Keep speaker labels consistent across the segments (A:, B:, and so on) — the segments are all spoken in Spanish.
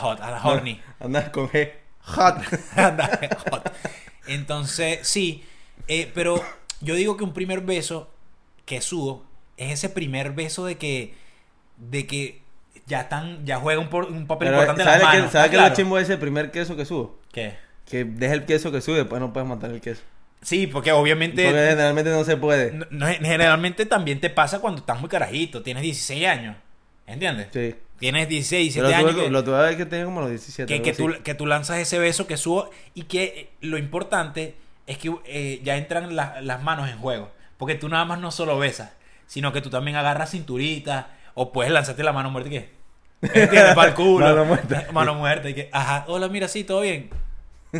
A: hot, anda horny.
B: Andas con G.
A: Hot. anda hot. Entonces, sí. eh, pero yo digo que un primer beso que subo es ese primer beso de que. de que ya están. ya juega un, por- un papel
B: Pero,
A: importante en las
B: ¿Sabes qué
A: manos. Ah,
B: ¿sabes qué es
A: Claro.
B: lo chimbo de ese primer queso que subo?
A: ¿Qué?
B: Que deja el queso que sube, después no puedes matar el queso.
A: Sí, porque obviamente.
B: Porque generalmente no se puede.
A: Este no- no- generalmente también te pasa cuando estás muy carajito, tienes 16 años. ¿Entiendes?
B: Sí.
A: Tienes 16, 17
B: Pero
A: años.
B: tuve-
A: que-
B: lo tuve a ver que tenía como los 17.
A: que,
B: algo
A: que,
B: así.
A: tú, que tú lanzas ese beso que subo y que eh, lo importante es que eh, ya entran la- las manos en juego. Porque tú nada más no solo besas, sino que tú también agarras cinturita o puedes lanzarte la mano muerta y que... ¿Entiendes? Para el culo.
B: Mano muerta.
A: Mano muerta y que... Ajá. Hola, mira, sí, todo bien.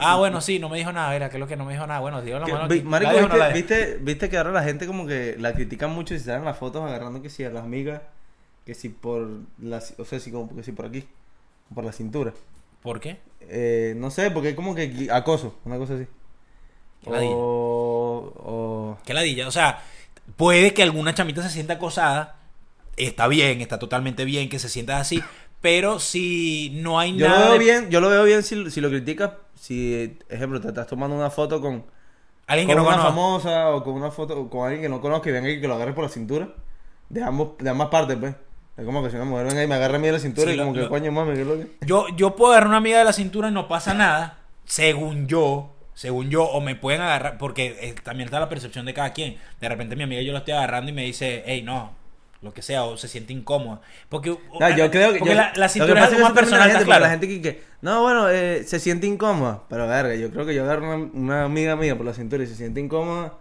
A: Ah, bueno, sí, no me dijo nada. Era que lo que no me dijo nada. Bueno, dio la
B: Que-
A: mano
B: vi-
A: aquí. ¿La
B: marico,
A: dejo o no
B: viste,
A: la dejo?
B: viste- viste que ahora la gente como que la critican mucho y se dan las fotos agarrando que si a las migas, que si por las, o sea, si como que si por aquí, por la cintura.
A: ¿Por qué?
B: Eh, no sé, porque es como que gui- acoso, una cosa así.
A: Qué
B: O,
A: ladilla.
B: o
A: Qué ladilla. O sea, puede que alguna chamita se sienta acosada. Está bien, está totalmente bien que se sienta así. Pero si no hay
B: yo lo
A: nada.
B: veo
A: de-
B: bien, yo lo veo bien si, si lo criticas, si ejemplo te estás tomando una foto con,
A: Alguien que
B: con
A: no
B: una
A: conozca.
B: famosa o con una foto o con alguien que no conozco y venga y que lo agarre por la cintura, de ambos, de ambas partes, pues. Es como que si una mujer venga y me agarra a mí de la cintura
A: Sí,
B: y
A: lo-
B: como que
A: lo-
B: coño mami, qué loco.
A: Yo, yo puedo agarrar una amiga de la cintura y no pasa nada. Según yo. Según yo. O me pueden agarrar. Porque eh, también está la percepción de cada quien. De repente mi amiga yo la estoy agarrando y me dice, hey, no. Lo que sea. O se siente incómoda. Porque. ah,
B: No, yo creo que
A: porque
B: yo-
A: la, la
B: lo que
A: cintura
B: pasa
A: es
B: que
A: algo más
B: siempre la
A: personal.
B: gente,
A: ¿estás
B: porque
A: claro?
B: La gente que, que, no, bueno, eh, se siente incómoda. Pero verga, yo creo que yo agarro una, una amiga mía por la cintura y se siente incómoda.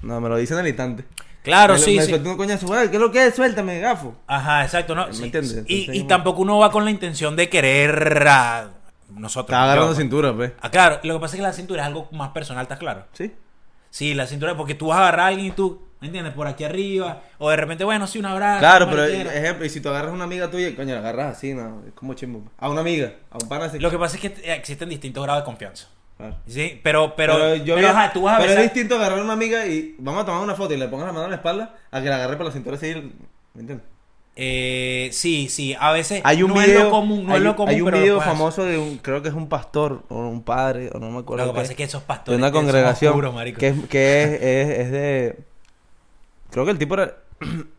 B: No, me lo dicen al instante.
A: Claro,
B: me,
A: sí,
B: me
A: sí.
B: suelta un coñazo, "Güey, ¿qué es lo que es? Suéltame, gafo.
A: Ajá, exacto, ¿no?
B: ¿Me
A: Sí,
B: entiendes?
A: sí.
B: Entonces,
A: y y
B: como-
A: tampoco uno va con la intención de querer a nosotros.
B: Estaba agarrando
A: yo.
B: cintura, pues.
A: Ah, claro, lo que pasa es que la cintura es algo más personal, ¿estás claro?
B: Sí.
A: Sí, la cintura, porque tú vas a agarrar a alguien y tú, ¿me entiendes? Por aquí arriba, o de repente, bueno, sí, un abrazo.
B: Claro,
A: un
B: pero
A: mariquero.
B: ejemplo, y si tú agarras a una amiga tuya, coño, la agarras así, no, es como chimbo. A una amiga, a un pana así.
A: Lo que pasa es que eh, existen distintos grados de confianza.
B: Claro.
A: Sí, pero, pero, pero,
B: vi-
A: ajá, tú vas a
B: pero
A: besar-
B: es distinto agarrar a una amiga y vamos a tomar una foto y le pongas la mano en la espalda a que la agarre por la cintura así, ¿me entiendes?
A: Eh, sí, sí, a veces
B: Hay un
A: Eh, no
B: video,
A: es lo común, no
B: hay,
A: es lo común,
B: hay un
A: pero lo
B: video
A: puedes hacer.
B: famoso de un, creo que es un pastor o un padre o no me acuerdo.
A: Lo que
B: qué,
A: pasa es que esos
B: de
A: pastores
B: una
A: que son
B: congregación
A: oscuros, marico.
B: que es, que es, es- es de, creo que el tipo era,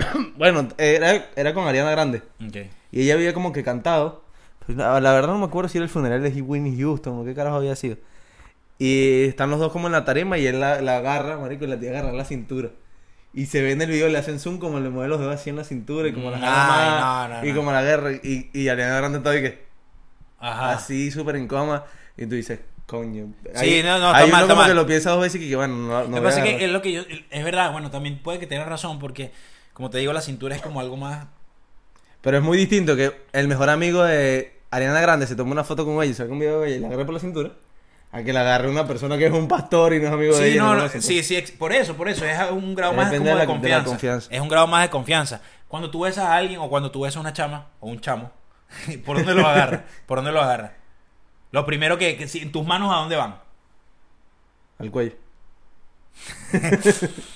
B: bueno era, era con Ariana Grande
A: Ok.
B: y ella había como que cantado, pero la, la verdad no me acuerdo si era el funeral de Whitney Houston o qué carajo había sido. Y están los dos como en la tarima y él la, la agarra, marico, y la tiene que agarrar la cintura. Y se ve en el video, le hacen zoom como le mueve los dedos así en la cintura y como la
A: Mm, Ay,
B: agarra más,
A: no, no,
B: y
A: no.
B: como la agarra. Y, y Ariana Grande todo y que
A: Ajá.
B: así, súper en coma. Y tú dices, coño.
A: Ah. Sí, no, no,
B: hay
A: está
B: uno
A: mal, está
B: como
A: mal.
B: que lo piensa dos veces y que bueno, no, no
A: lo que
B: voy a
A: pasa es
B: agarrar.
A: que es lo que yo. Es verdad, bueno, también puede que tengas razón, porque, como te digo, la cintura es como algo más.
B: Pero es muy distinto que el mejor amigo de Ariana Grande se tome una foto con ella y saca un video de ella y la agarre por la cintura. A que la agarre una persona que es un pastor y no es amigo de
A: Sí,
B: ella.
A: no, no,
B: la hace.
A: sí, sí, ex- por eso, por eso. Es un grado más como
B: Depende
A: de,
B: de la- de la
A: confianza.
B: confianza.
A: Es un grado más de confianza. Cuando tú besas a alguien o cuando tú besas a una chama o un chamo, ¿por dónde lo agarras? ¿Por dónde lo agarras? Lo primero que, que si- en tus manos a dónde van.
B: pues, Al cuello.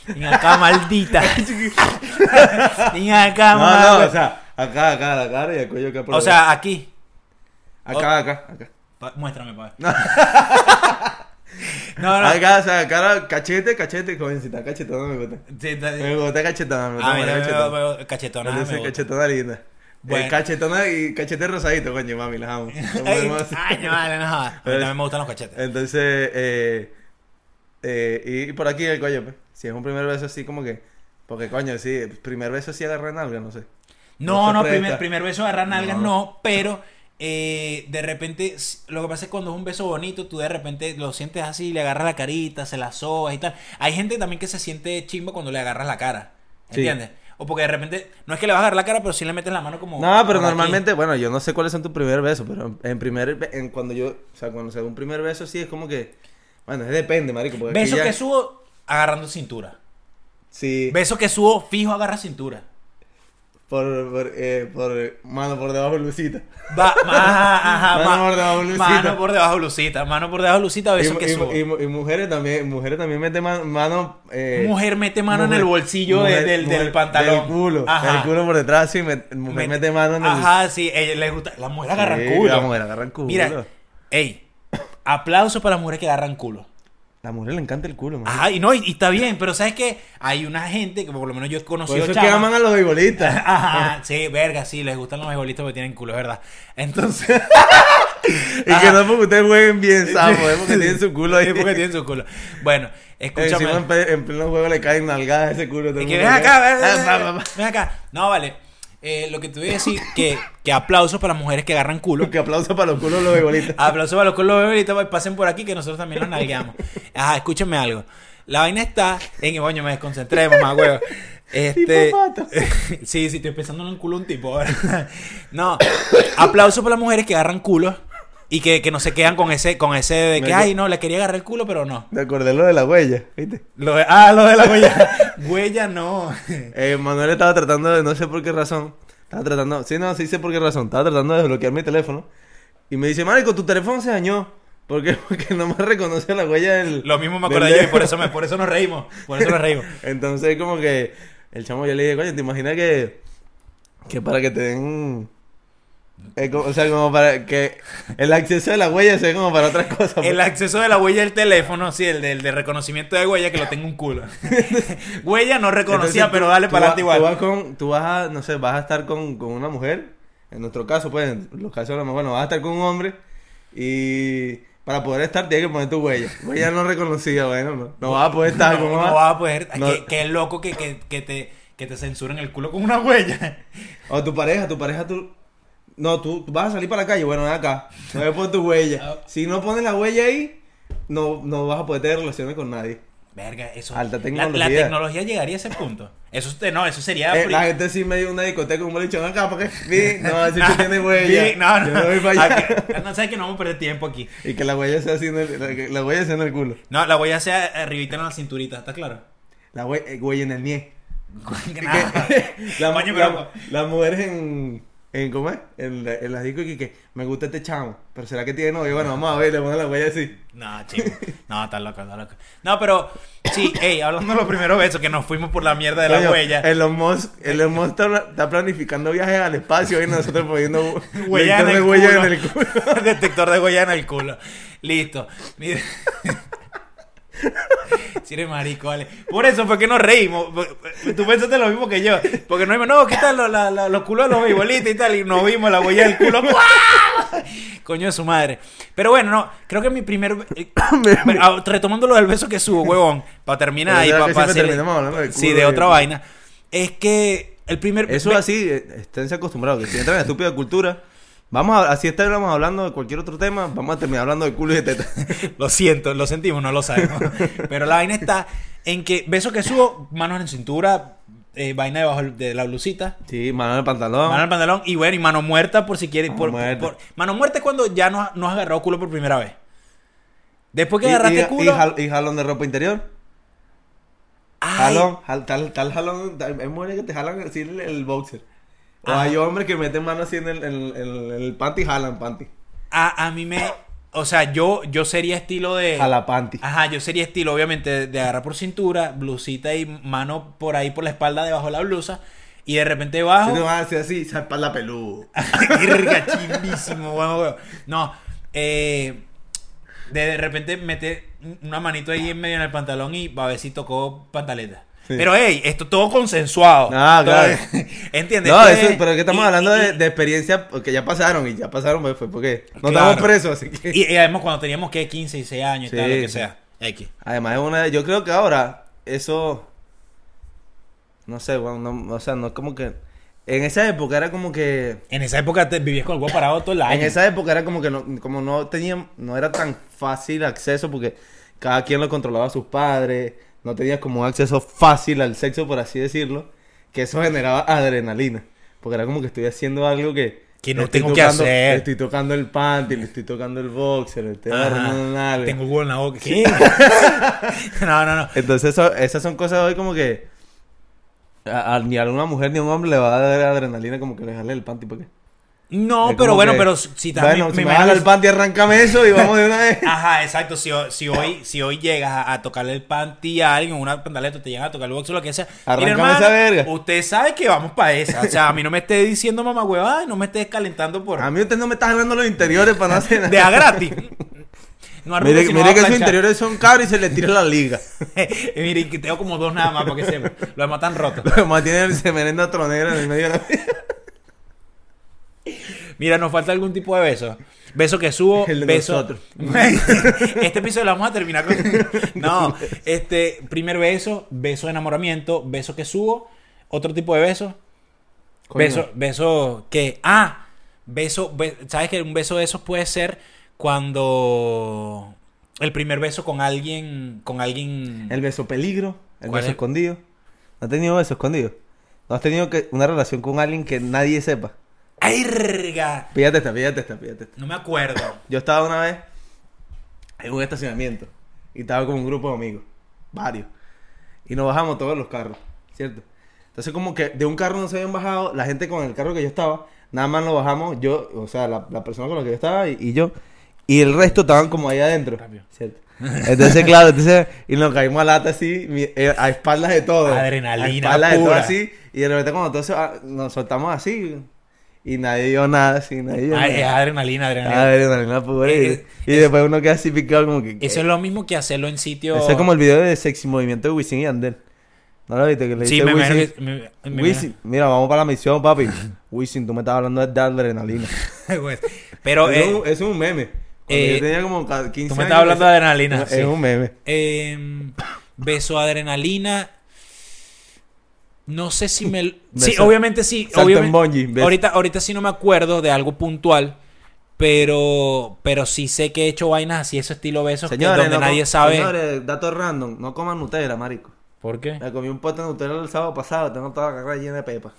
A: En acá maldita. En acá
B: No,
A: maldita.
B: no, o sea, acá, acá, la cara y al cuello acá por
A: o
B: la-
A: sea, aquí.
B: acá, acá, acá.
A: Pa- muéstrame, pa' ver. No, no.
B: Acá, o sea, cara, cachete, cachete, jovencita, cachetona me gusta.
A: Sí, ta-
B: Me gusta cachetona, me gusta.
A: Ah, mira,
B: buena cachetona.
A: me- me- me- cachetona.
B: Me dice
A: me gusta.
B: cachetona linda.
A: Bueno.
B: Eh, cachetona y cachete rosadito, coño, mami, las amo. Son muy
A: Ay,
B: hermosas.
A: ay, no, vale, no. A mí también me gustan los cachetes.
B: Entonces, eh, eh, y, y por aquí el coño, pues. Si es un primer beso así como que. Porque coño, sí, primer beso sí agarra nalga, no sé.
A: No,
B: se
A: no,
B: presta.
A: primer, primer beso agarrar nalgas, no,
B: No.
A: pero eh, de repente, s- lo que pasa es cuando es un beso bonito, tú de repente lo sientes así, le agarras la carita, se la sobas y tal. Hay gente también que se siente chimba cuando le agarras la cara,
B: Sí.
A: ¿entiendes? O porque de repente, no es que le vas a agarrar la cara, pero sí le metes la mano como...
B: No, pero
A: por Oh, aquí.
B: normalmente, bueno, yo no sé cuáles son tus primer besos, pero en primer, be- en cuando yo, o sea, cuando se da un primer beso sí es como que, bueno, es depende, marico. Porque aquí
A: Beso
B: ya-
A: que subo, agarrando cintura.
B: Sí.
A: Beso que subo, fijo, agarra cintura.
B: por, por, eh, por mano por debajo de Lucita.
A: Va- ma- ajá,
B: Mano
A: ma-
B: por debajo de blusita.
A: Mano por debajo de blusita. Mano por debajo de blusita,
B: Y,
A: beso
B: mu-
A: que
B: y mu-
A: subo.
B: y mu- y mujeres también, mujeres también meten man- mano. eh,
A: mujer mete mano
B: mujer-
A: en el bolsillo de-
B: mujer-
A: del, del
B: mujer-
A: pantalón.
B: Del culo.
A: Ajá.
B: Del culo por detrás, sí. met- mujer
A: Mete-
B: mete mano en el
A: Ajá, sí, ella le gusta. La mujer agarra
B: Sí,
A: culo.
B: La mujer agarran culo.
A: Mira, ey, aplauso para las mujeres que agarran culo.
B: La mujer le encanta el culo, man.
A: Ajá, y no, y, y está bien, pero sabes que hay una gente que por lo menos yo he
B: Por
A: conocido
B: eso es que
A: chamas-
B: aman a los beisbolistas.
A: Ajá, sí, verga, sí, les gustan los beisbolistas porque tienen culo, es verdad. Entonces,
B: y que no es porque ustedes jueguen bien, ¿sabes? Es porque tienen su culo ahí. Eh,
A: es porque tienen su culo. Bueno,
B: Encima
A: escúchame.
B: en, pe- en pleno juego le caen nalgadas a ese culo. todo
A: Es
B: el
A: que
B: mundo
A: ven
B: que-
A: acá, ven,
B: Ah, pa,
A: ven,
B: pa,
A: ven,
B: pa.
A: ven acá. No, vale. Eh, lo que te voy a decir, que, que aplausos para las mujeres que agarran culo.
B: Que aplauso para los culos de los beisbolistas.
A: Aplausos para los culos bebés ahorita pues, pasen por aquí que nosotros también los nalgueamos. Ajá, escúchame algo. La vaina está en que, coño, me desconcentré, mamá, huevo. Este.
B: Tipo pato.
A: sí, sí, estoy pensando en un culo de un tipo ahora. no. Aplausos para las mujeres que agarran culos y que, que no se quedan con ese, con ese de que,
B: Me-
A: ay, no, le quería agarrar el culo, pero no.
B: Me acordé lo de la huella, ¿viste?
A: Lo de- ah, lo de la huella. huella no.
B: Eh, Manuel estaba tratando de, no sé por qué razón, estaba tratando, sí, no, sí sé por qué razón, estaba tratando de desbloquear mi teléfono. Y me dice, Marico, tu teléfono se dañó. ¿Por qué? Porque no me reconoce la huella del...
A: Lo mismo me
B: del
A: acordé yo y
B: dedo.
A: por eso, me, por eso nos reímos. Por eso nos reímos.
B: Entonces, como que el chamo yo le dije, coño, ¿te imaginas que, que para que te den. eh, como- o sea, como para que el acceso de la huella sea como para otras cosas. pues?
A: El acceso de la huella del teléfono, sí, el del de reconocimiento de huella, que lo tengo un culo. huella no reconocía,
B: Entonces,
A: pero
B: tú-
A: dale
B: tú
A: para
B: vas-
A: adelante igual.
B: Tú vas, con, tú vas a, no sé, vas a estar con, con una mujer. En nuestro caso, pues, en los casos de la mujer, bueno, vas a estar con un hombre. Y para poder estar, tienes que poner tu huella. Huella no reconocida, bueno, no, no vas a poder estar.
A: no,
B: ¿cómo
A: no
B: vas?
A: vas a poder.
B: No.
A: Qué, qué loco que, que- que te, que te censuren el culo con una huella.
B: O tu pareja, tu pareja, tú. No, tú, tú vas a salir para la calle, bueno, ven acá. No voy a poner tu
A: Ah.
B: huella. Si no pones la huella ahí, no, no vas a poder tener relaciones con nadie.
A: Verga, eso.
B: Alta
A: la- La,
B: tecnología.
A: tecnología llegaría a ese punto. Eso usted- no, eso sería.
B: Eh,
A: pri-
B: la gente sí me dio una discoteca un boliche, ven acá, porque vi, no, si tú tienes huella.
A: Sí, no, no.
B: Yo no voy para allá.
A: Aquí- no, sabes que no vamos a perder tiempo aquí.
B: Y que la huella sea así en el, la, la huella sea en el culo.
A: No, la huella sea arribita en la cinturita, ¿está claro?
B: La hue- eh, huella en el nie.
A: Nada.
B: La,
A: Coño,
B: la-
A: pero-
B: las mujeres en, en ¿cómo es? En, la- en las discos y que, que, me gusta este chamo, pero será que tiene novio? Bueno, vamos a ver, le pongo la huella así.
A: No, chico. No, está loco, está loco. No, pero sí, ey, hablando de los primeros besos que nos fuimos por la mierda de la
B: Coño, eh,
A: huella.
B: Elon Musk, Elon Musk está, está planificando viajes al espacio y nosotros poniendo
A: Huella en
B: lector de
A: el,
B: huella
A: culo.
B: en el culo.
A: Detector de huella en el culo. Listo. Mira. Sí, eres marico, vale. Por eso fue que nos reímos. Tú pensaste lo mismo que yo. Porque nos vimos, no, ¿qué tal lo- la- la- los culos de los beisbolistas y tal? Y nos vimos la huella del culo. ¡Guau! Coño de su madre. Pero bueno, no, creo que mi primer. eh, bueno, ah, retomando lo del beso que subo, huevón, para terminar
B: Pero
A: y
B: ya
A: para
B: que siempre terminamos hablando del
A: Sí,
B: culo
A: de
B: de-
A: otra vaina. Es que el primer.
B: Eso es así, eh, esténse acostumbrados, que si entran en estúpida cultura, vamos a, así estábamos hablando de cualquier otro tema, vamos a terminar hablando de culo y de teta.
A: Lo siento, lo sentimos, no lo sabemos. Pero la vaina está en que beso que subo, manos en cintura, eh, vaina debajo de la blusita,
B: Sí, mano en el pantalón.
A: mano en el pantalón y bueno, y mano muerta por si quieres.
B: Ah. Mano
A: por-
B: muerta.
A: por- mano muerta es cuando ya no, no has agarrado culo por primera vez. Después que
B: Y- y-
A: agarraste
B: y,
A: culo.
B: jal- y jalón de ropa interior.
A: ay,
B: Jalón, jal- tal, tal jalón, tal- hay mujeres que te jalan así el, el boxer. O
A: Ajá.
B: hay hombres que meten mano así en el, en, en- en el panty y jalan panty.
A: a, a mí me. O sea, yo, yo sería estilo de.
B: Jala panty.
A: Ajá, yo sería estilo, obviamente, de, de agarrar por cintura, blusita y mano por ahí por la espalda debajo de la blusa. Y de repente bajo.
B: Y te van a hacer así, se la peludo.
A: Verga, chimbísimo, weón, weón. No, eh, de, de repente meter una manito ahí en medio en el pantalón y va a ver si tocó pantaleta.
B: Sí.
A: Pero, hey, esto todo consensuado.
B: Ah,
A: Todo-
B: claro.
A: ¿Entiendes?
B: No,
A: Esto
B: eso,
A: es-
B: pero es que estamos
A: y-
B: hablando
A: y-
B: de, de experiencias que ya pasaron y ya pasaron, pues, fue porque no
A: Claro.
B: estamos presos, así que.
A: Y, y además cuando teníamos que 15, 16 años y
B: Sí,
A: tal, lo que
B: sí.
A: sea. X.
B: Además, es una. Yo creo que ahora, eso. No sé, bueno, no- o sea, no es como que. En esa época era como que.
A: En esa época te vivías con el huevo parado todo el año.
B: En esa época era como que no, como no tenía, no era tan fácil acceso porque cada quien lo controlaba a sus padres, no tenías como un acceso fácil al sexo, por así decirlo, que eso generaba adrenalina. Porque era como que estoy haciendo algo que...
A: Que no
B: le estoy
A: tengo que
B: tocando-
A: hacer.
B: le estoy tocando el panty, le estoy tocando el boxer, le estoy
A: Ajá.
B: agarrando una nalga.
A: Tengo huevo en la boca. ¿Qué? no, no, no.
B: Entonces eso- esas son cosas hoy como que... A, a- ni a una mujer ni a un hombre le va a dar adrenalina como que le jale el panty para qué.
A: No,
B: Es
A: pero
B: como
A: bueno,
B: que,
A: pero si también.
B: Bueno,
A: me
B: si me
A: imagino
B: jala el
A: que-
B: panty, arráncame eso y vamos de una vez.
A: Ajá, exacto. Si, ho- si hoy, si hoy llegas a, a tocarle el panty a alguien, una pantaleta, te llegan a tocar el boxeo, lo que sea. Mira,
B: Arráncame
A: hermano,
B: esa verga.
A: Usted sabe que vamos para esa. O sea, a mí no me esté diciendo mamá huevada y no me estés calentando por.
B: A mí usted no me está jalando los interiores para no hacer nada.
A: Deja gratis. No arrugues
B: Mire,
A: si no
B: mire
A: vas
B: que
A: a
B: esos
A: planchar.
B: interiores son caros y se le tira la liga.
A: Mire, y que tengo como dos nada más para que sepa. Los demás están rotos.
B: Además tiene el semerenda tronera en el medio de la
A: Mira, nos falta algún tipo de beso. Beso que subo,
B: El de
A: beso.
B: nosotros.
A: este episodio lo vamos a terminar con. No, este, primer beso, beso de enamoramiento, beso que subo, otro tipo de beso,
B: Coño.
A: beso, beso que. Ah, beso, be- sabes que un beso de esos puede ser cuando el primer beso con alguien, con alguien.
B: El beso peligro, el
A: ¿Cuál
B: beso
A: es?
B: escondido. ¿No has tenido beso escondido? ¿No has tenido que una relación con alguien que nadie sepa?
A: ¡Ay, rega!
B: Píllate esta, píllate esta, píllate esta.
A: No me acuerdo.
B: Yo estaba una vez en un estacionamiento y estaba con un grupo de amigos, varios. Y nos bajamos todos los carros, ¿cierto? Entonces como que de un carro no se habían bajado, la gente con el carro que yo estaba, nada más nos bajamos, yo, o sea, la, la persona con la que yo estaba y, y yo, y el resto estaban como ahí adentro,
A: Rápido.
B: ¿cierto? Entonces, claro, entonces, y nos caímos a lata así, mi- eh, a espaldas de todo.
A: Adrenalina
B: A espaldas de
A: pura.
B: todo así, y de repente cuando todos se- ah, nos soltamos así, y nadie dio nada, así, nadie dio
A: Ay,
B: nada.
A: es adrenalina,
B: Ah,
A: adrenalina.
B: Adrenalina pura. y-
A: Eh,
B: y después uno queda así picado como que...
A: Eso es lo mismo que hacerlo en sitio.
B: Ese es como el video de Sexy Movimiento de Wisin y Andel. ¿No lo viste? Que le
A: Sí,
B: dice
A: me imagino
B: Wisin,
A: que. me- me imagino-
B: Wisin, mira, vamos para la misión, papi. Wisin, tú me estás hablando de adrenalina.
A: Pues, Pero
B: es,
A: eh,
B: un, es un meme. Cuando
A: eh,
B: yo tenía como ca- 15
A: tú me
B: años,
A: estás hablando de adrenalina.
B: Es,
A: sí.
B: es un meme.
A: Em, beso adrenalina. No sé si me. sí,
B: Beso-
A: obviamente sí.
B: salto en
A: obviamente-
B: bungee, beso.
A: ahorita, ahorita sí no me acuerdo de algo puntual. Pero, pero sí sé que he hecho vainas así, ese estilo besos, que
B: Señores,
A: donde
B: no com-
A: nadie sabe.
B: Señores, datos random. No coman Nutella, marico.
A: ¿Por qué?
B: Me comí un pote de Nutella el sábado pasado. Tengo toda la cara llena de pepa.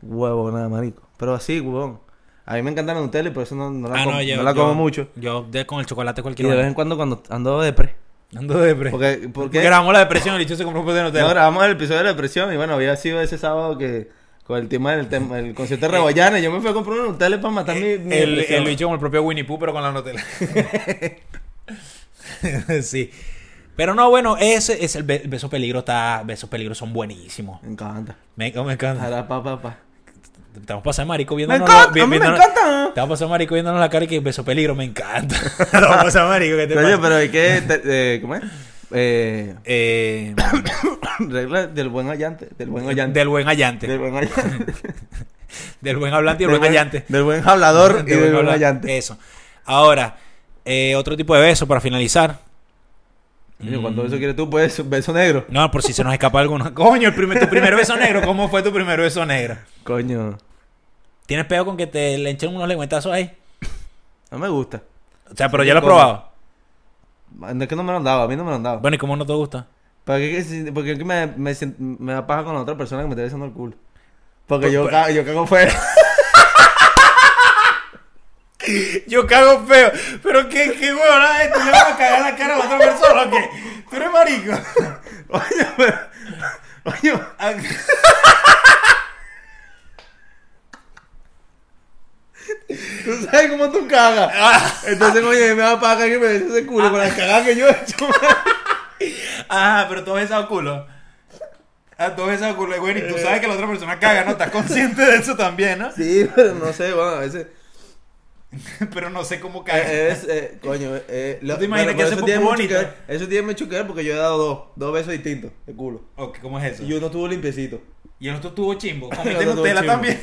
B: Huevo, nada, marico. Pero así, huevón. A mí me encanta la Nutella y por eso no, no la,
A: Ah,
B: com-
A: no, yo-
B: no la como
A: yo-
B: mucho.
A: Yo de- con el chocolate
B: Y
A: cualquier
B: de vez
A: vaina.
B: en cuando cuando ando depre.
A: Ando de pre.
B: Porque,
A: Porque
B: porque
A: grabamos la depresión, el dicho se compró un pote de Nutella.
B: no, grabamos el episodio de la depresión y bueno, había sido ese sábado que con el tema del tem- el concierto de Rebollana, yo me fui a comprar unos Nutella para matar mi, mi
A: el,
B: depresión.
A: el bicho como el propio Winnie Pooh, pero con la Nutella. sí. Pero no, bueno, ese es el be- beso peligro. Está, besos peligros son buenísimos.
B: Me encanta.
A: Me, oh, me encanta.
B: Ahora, pa, pa, pa.
A: Estamos pasando marico
B: Me
A: viéndonos.
B: encanta,
A: vi-
B: a mí me
A: viéndonos-
B: encanta.
A: Estamos pasando marico viéndonos la cara y que beso peligro, me encanta. Estamos pasando marico, ¿qué te
B: Oye,
A: pasa?
B: pero hay que, te- eh, ¿cómo es? Eh,
A: Eh,
B: regla del buen hallante, del buen hallante.
A: del buen hallante.
B: Del buen hallante.
A: Del buen hablante y
B: Del
A: el buen hallante.
B: Del buen hablador y
A: Del buen
B: del buen
A: habla-
B: hallante.
A: Eso. Ahora, eh, otro tipo de beso para finalizar.
B: Coño, ¿Cuánto beso quieres tú? Pues beso negro.
A: No, por si se nos escapa alguno. Coño, el primer, tu primer beso negro. ¿Cómo fue tu primer beso negro?
B: Coño,
A: ¿Tienes pedo con que te le echen unos lengüetazos ahí?
B: no me gusta.
A: O sea, pero
B: Sí,
A: ya lo he
B: ¿cómo?
A: probado.
B: No es que no me lo han dado, a mí no me lo han dado.
A: Bueno, ¿y cómo no te gusta?
B: ¿Para qué, que si- porque es que me, me, sien- me da paja con la otra persona que me está besando el culo? Porque
A: Pues,
B: yo,
A: pues-
B: cago, yo cago fuera.
A: Yo cago feo. Pero qué, qué huevona es esto. Yo voy a cagar la cara a la otra persona, ¿o qué? Tú eres marico.
B: Oye, pero... Oye, tú sabes cómo tú
A: Ah,
B: cagas. Entonces, oye, me da paja que me beses el culo con la cagada que yo he hecho.
A: Ajá, ah, pero tú has besado culo. Ah, tú has besado culo. Bueno, y tú sabes que la otra persona caga, ¿no? Estás consciente de eso también, ¿no?
B: Sí, pero no sé, bueno, a veces...
A: Pero no sé cómo
B: eh, Es, eh, coño, eh,
A: ¿No te imaginas que
B: pero
A: ese
B: tiene
A: popó
B: mucho que
A: bonito?
B: ver- Eso tiene mucho que ver porque yo he dado dos, dos besos distintos de culo.
A: Ok, ¿Cómo es eso?
B: Y uno estuvo limpiecito.
A: Y el otro tuvo chimbo.
B: El
A: Comiste
B: otro tuvo
A: Nutella
B: chimbo.
A: también.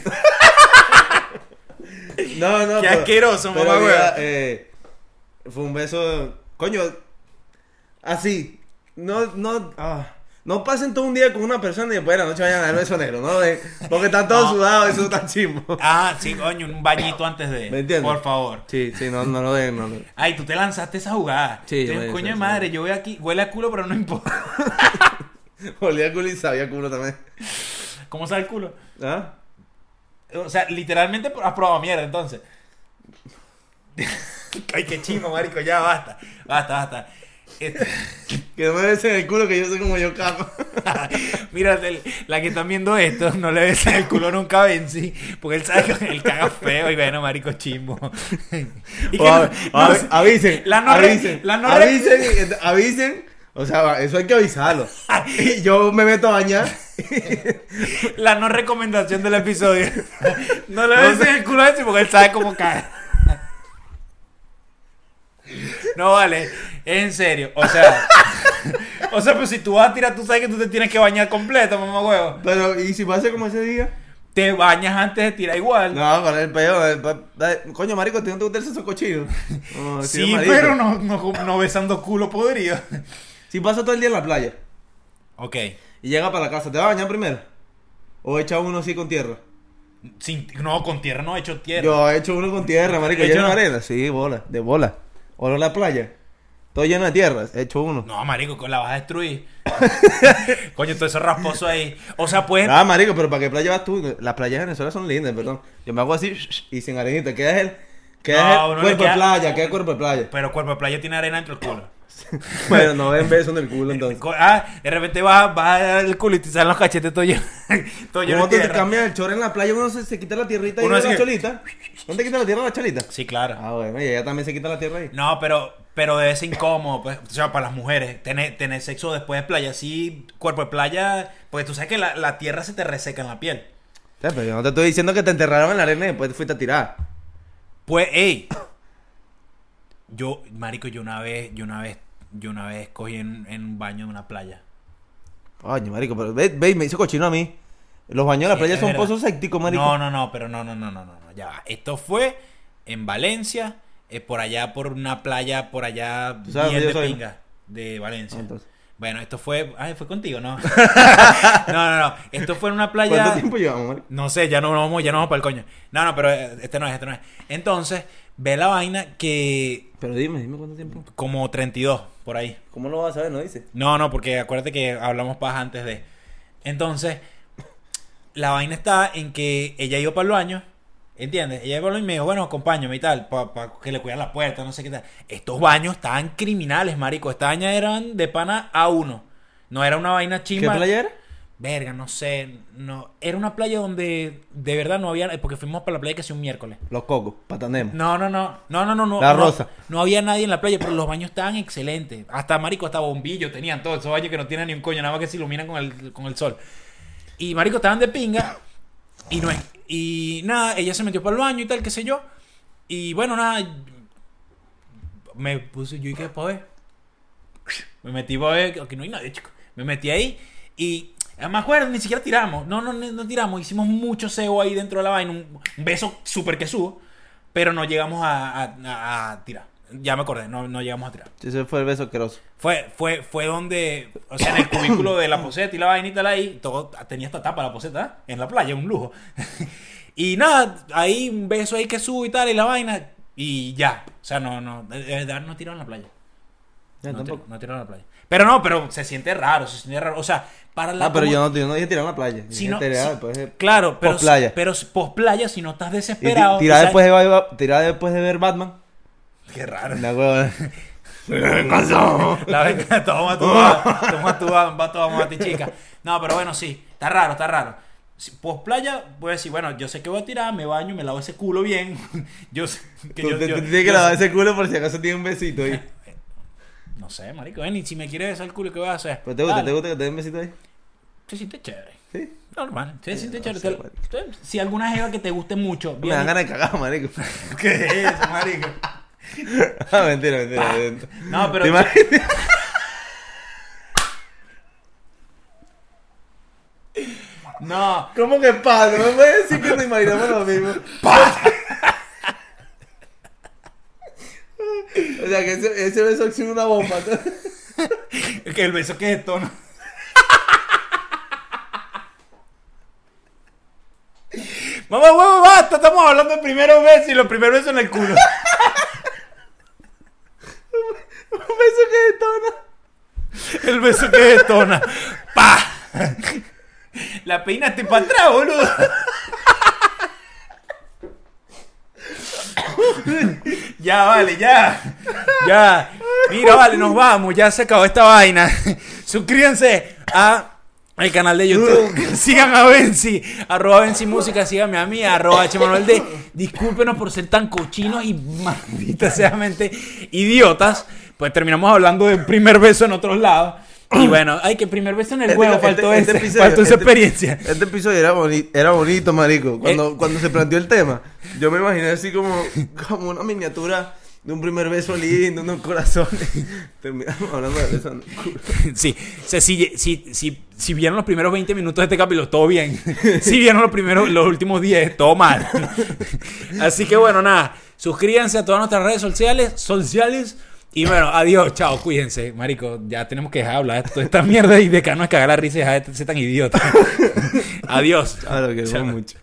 B: No, no.
A: Qué asqueroso,
B: pero
A: mamá,
B: mira,
A: güey.
B: eh, Fue un beso. Coño. Así. No, no. ah, No pasen todo un día con una persona y después de la noche vayan al beso negro, ¿no? De- porque están todos
A: No.
B: sudados, eso está chimbo.
A: Ah, sí, coño, un bañito antes de.
B: ¿Me entiendes?
A: Por favor.
B: Sí, sí, no, no lo den, no lo den.
A: Ay, tú te lanzaste esa jugada.
B: Sí,
A: Tú,
B: yo me-
A: coño
B: sí,
A: de
B: sí.
A: madre, yo voy aquí, huele a culo, pero no importa.
B: Olía a culo y sabía culo también.
A: ¿Cómo sabe el culo?
B: ¿Ah?
A: O sea, literalmente has probado mierda, entonces. Ay, qué chingo, marico, ya basta. Basta, basta. Este-
B: Que no me besen el culo que yo soy como yo, Carlos.
A: Mira, el- la que están viendo esto, no le besa el culo nunca a Benzi, porque él sabe que él caga feo y bueno, marico chimbo. Y que
B: O av-
A: no-
B: av-
A: no-
B: avisen,
A: la no re-
B: avisen,
A: la no re-
B: avisen, eh, avisen. O sea, va- eso hay que avisarlo. Y yo me meto a bañar.
A: La no recomendación del episodio. No le
B: No
A: besen
B: sé.
A: el culo a Benzi porque él sabe cómo caga. No vale, es en serio. O sea, o sea, pues si tú vas a tirar, tú sabes que tú te tienes que bañar completo, mamá huevo.
B: Pero, ¿y si pasa como ese día?
A: Te bañas antes de tirar igual.
B: No, con el peor. Coño, marico, ¿te no te gusta el sexo cochino? No,
A: sí,
B: marico.
A: pero no, no, no besando culo podrido.
B: Si pasa todo el día en la playa
A: Ok.
B: y llega para la casa, ¿te vas a bañar primero? ¿O echa uno así con tierra?
A: Sin- no, con tierra no he hecho tierra.
B: Yo he hecho uno con tierra, marico.
A: He
B: ¿Lleno
A: hecho
B: de
A: uno.
B: arena? Sí, bola, de bola. ¿O no la playa? Todo lleno de tierra, he hecho uno.
A: No, marico, con la vas a destruir. Coño, todo eso rasposo ahí. O sea, puedes.
B: Ah, marico, pero ¿para qué playa vas tú? Las playas de Venezuela son lindas, perdón. Yo me hago así y sin arenita. Quedas el, quedas
A: No,
B: el
A: uno le
B: cuerpo de
A: queda-
B: playa, queda el cuerpo de playa.
A: Pero cuerpo de playa tiene arena dentro del culo.
B: bueno, no ven besos en el culo entonces.
A: Co- Ah, de repente vas, vas a dar el culo y te salen los cachetes todo lleno. todo lleno
B: Uno
A: de
B: te
A: tierra.
B: cambias el chorro en la playa, uno se, se quita la tierrita y
A: Uno
B: la
A: así que-
B: cholita. ¿No te quita la tierra la cholita?
A: Sí, claro.
B: Ah, bueno, y ella también se quita la tierra ahí.
A: No, pero, pero debe ser incómodo, pues, o sea, para las mujeres, tener, tener sexo después de playa, sí, cuerpo de playa, porque tú sabes que la, la tierra se te reseca en la piel.
B: Ya, pero yo no te estoy diciendo que te enterraron en la arena y después te fuiste a tirar.
A: Pues, ey, yo, marico, yo una vez, yo una vez, yo una vez cogí en, en un baño en una playa.
B: Coño, marico, pero ve, ve, y me hizo cochino a mí. Los baños de la
A: Sí,
B: playa
A: Eh, es
B: son
A: verdad.
B: pozos sépticos, marico.
A: No, no, no, pero no, no, no, no, no, no, ya va. Esto fue en Valencia, eh, por allá, por una playa, por allá,
B: Tú sabes
A: bien de
B: dónde yo soy, ¿no?
A: pinga, de Valencia.
B: Entonces.
A: Bueno, esto fue, ay, fue contigo, ¿no? no, no, no, esto fue en una playa.
B: ¿Cuánto tiempo llevamos, marico?
A: No sé, ya no vamos, ya no vamos para el coño. No, no, pero eh, este no es, este no es. Entonces, ve la vaina que
B: Pero dime, dime cuánto tiempo.
A: como 32 por ahí.
B: ¿Cómo lo vas a saber? No dice.
A: No, no, porque acuérdate que hablamos paz antes de. Entonces, la vaina está en que ella iba para el baño, ¿entiendes? Ella iba para el baño y me dijo, bueno, acompáñame y tal, para que le cuidan la puerta, no sé qué tal. Estos baños estaban criminales, marico. Estas bañas eran de pana a uno. No era una vaina
B: ¿Qué
A: chimba.
B: playa era?
A: Verga, no sé. No, era una playa donde de verdad no había. Porque fuimos para la playa casi un miércoles.
B: Los cocos, patanemos.
A: No, no, no. No, no, no. no
B: La
A: no,
B: Rosa.
A: No, había nadie en la playa, pero los baños estaban excelentes. Hasta marico, hasta bombillo tenían todos esos baños que no tienen ni un coño, nada más que se iluminan con el, con el sol. Y marico, estaban de pinga. Y no es- Y nada, ella se metió para el baño y tal, qué sé yo. Y bueno, nada. Me puse yo y qué pa' ver. Me metí para ver. que Aquí no hay nadie, chico. Me metí ahí. Y ah, me acuerdo, ni siquiera tiramos. No, no, no tiramos. Hicimos mucho cebo ahí dentro de la vaina. Un, un beso súper que subo. Pero no llegamos a, a- a- a tirar. Ya me acordé, no, no llegamos a tirar.
B: Ese fue el beso asqueroso.
A: Fue, fue, fue donde, o sea, en el cubículo de la poseta y la vaina y tal ahí, todo, tenía esta tapa la poseta, ¿eh? en la playa, un lujo. y nada, ahí un beso ahí que subo y tal y la vaina, y ya. O sea, no, no, de de verdad no tiraron en la playa.
B: Ya,
A: no,
B: tampoco.
A: tir- no tiraron en la playa. Pero no, pero se siente raro, se siente raro. O sea, para la...
B: Ah, pero
A: como-
B: yo no, yo no dije tirar a la playa.
A: si
B: Dije
A: no-
B: tirar
A: si-
B: después de-
A: Claro, pero,
B: Posplaya.
A: pero post playa, si no estás
B: Y ti-
A: desesperado...
B: tirar,
A: o sea-
B: después de, ba- ba- tirar después de ver Batman.
A: Qué raro.
B: Una huevona. Venganza.
A: La venganza, toma tu
B: Ah.
A: va, toma tu va, va, toma ti, chica. No, pero bueno, sí, está raro, está raro. Si- Post playa, voy a decir, bueno, yo sé que voy a tirar, me baño, me lavo ese culo bien. Yo sé que
B: Tú
A: yo,
B: te-
A: yo-
B: te tienes que
A: yo-
B: lavar ese culo por si acaso tiene un besito ahí.
A: No sé, marico, ven, y si me quieres besar el culo, ¿qué voy a hacer?
B: ¿Pero te gusta?
A: Dale.
B: ¿Te gusta que te den un besito ahí?
A: Se siente chévere.
B: Sí.
A: Normal, se siente
B: no
A: chévere.
B: sé,
A: Te-
B: marico.
A: te- si alguna jeva que te guste mucho,
B: Me dan
A: viene-
B: ganas de cagar, marico.
A: ¿Qué es eso, marico?
B: Ah, mentira, mentira.
A: No, pero-
B: ¿Te imaginas?
A: No,
B: ¿Cómo que pa? No me puedes decir que nos imaginamos lo mismo. O sea, que ese, ese beso es una bomba.
A: que el beso que detona. Mamá, huevo, basta. Estamos hablando de primeros besos y los primeros besos en el culo.
B: Un beso que detona.
A: El beso que detona. ¡Pa! La peinaste para atrás, boludo. Ya, vale, ya. Ya. Mira, vale, nos vamos. Ya se acabó esta vaina. Suscríbanse a el canal de YouTube. Sigan a Benzi. Arroba Benzi Música. Síganme a mí. Arroba H. Manuel D. Discúlpenos por ser tan cochinos y maldita sea mente idiotas. Pues terminamos hablando del primer beso en otros lados. Y bueno, ay, que primer beso en el huevo. Faltó ese. Faltó esa experiencia. Eh.
B: Este episodio era, boni- era bonito, marico. Cuando, cuando se planteó el tema, yo me imaginé así como, como una miniatura de un primer beso lindo, unos corazones. Terminamos hablando de beso. en el culo.
A: Sí, o sea, si, si, si, si vieron los primeros 20 minutos de este capítulo, todo bien. Si vieron los primeros, los últimos 10, todo mal. Así que bueno, nada. Suscríbanse a todas nuestras redes sociales, sociales. Y bueno, adiós, chao, cuídense, marico. Ya tenemos que dejar de hablar de toda esta mierda y dejarnos de cagar la risa y dejar de ser tan idiota. adiós.
B: Claro, que
A: Chao.
B: mucho.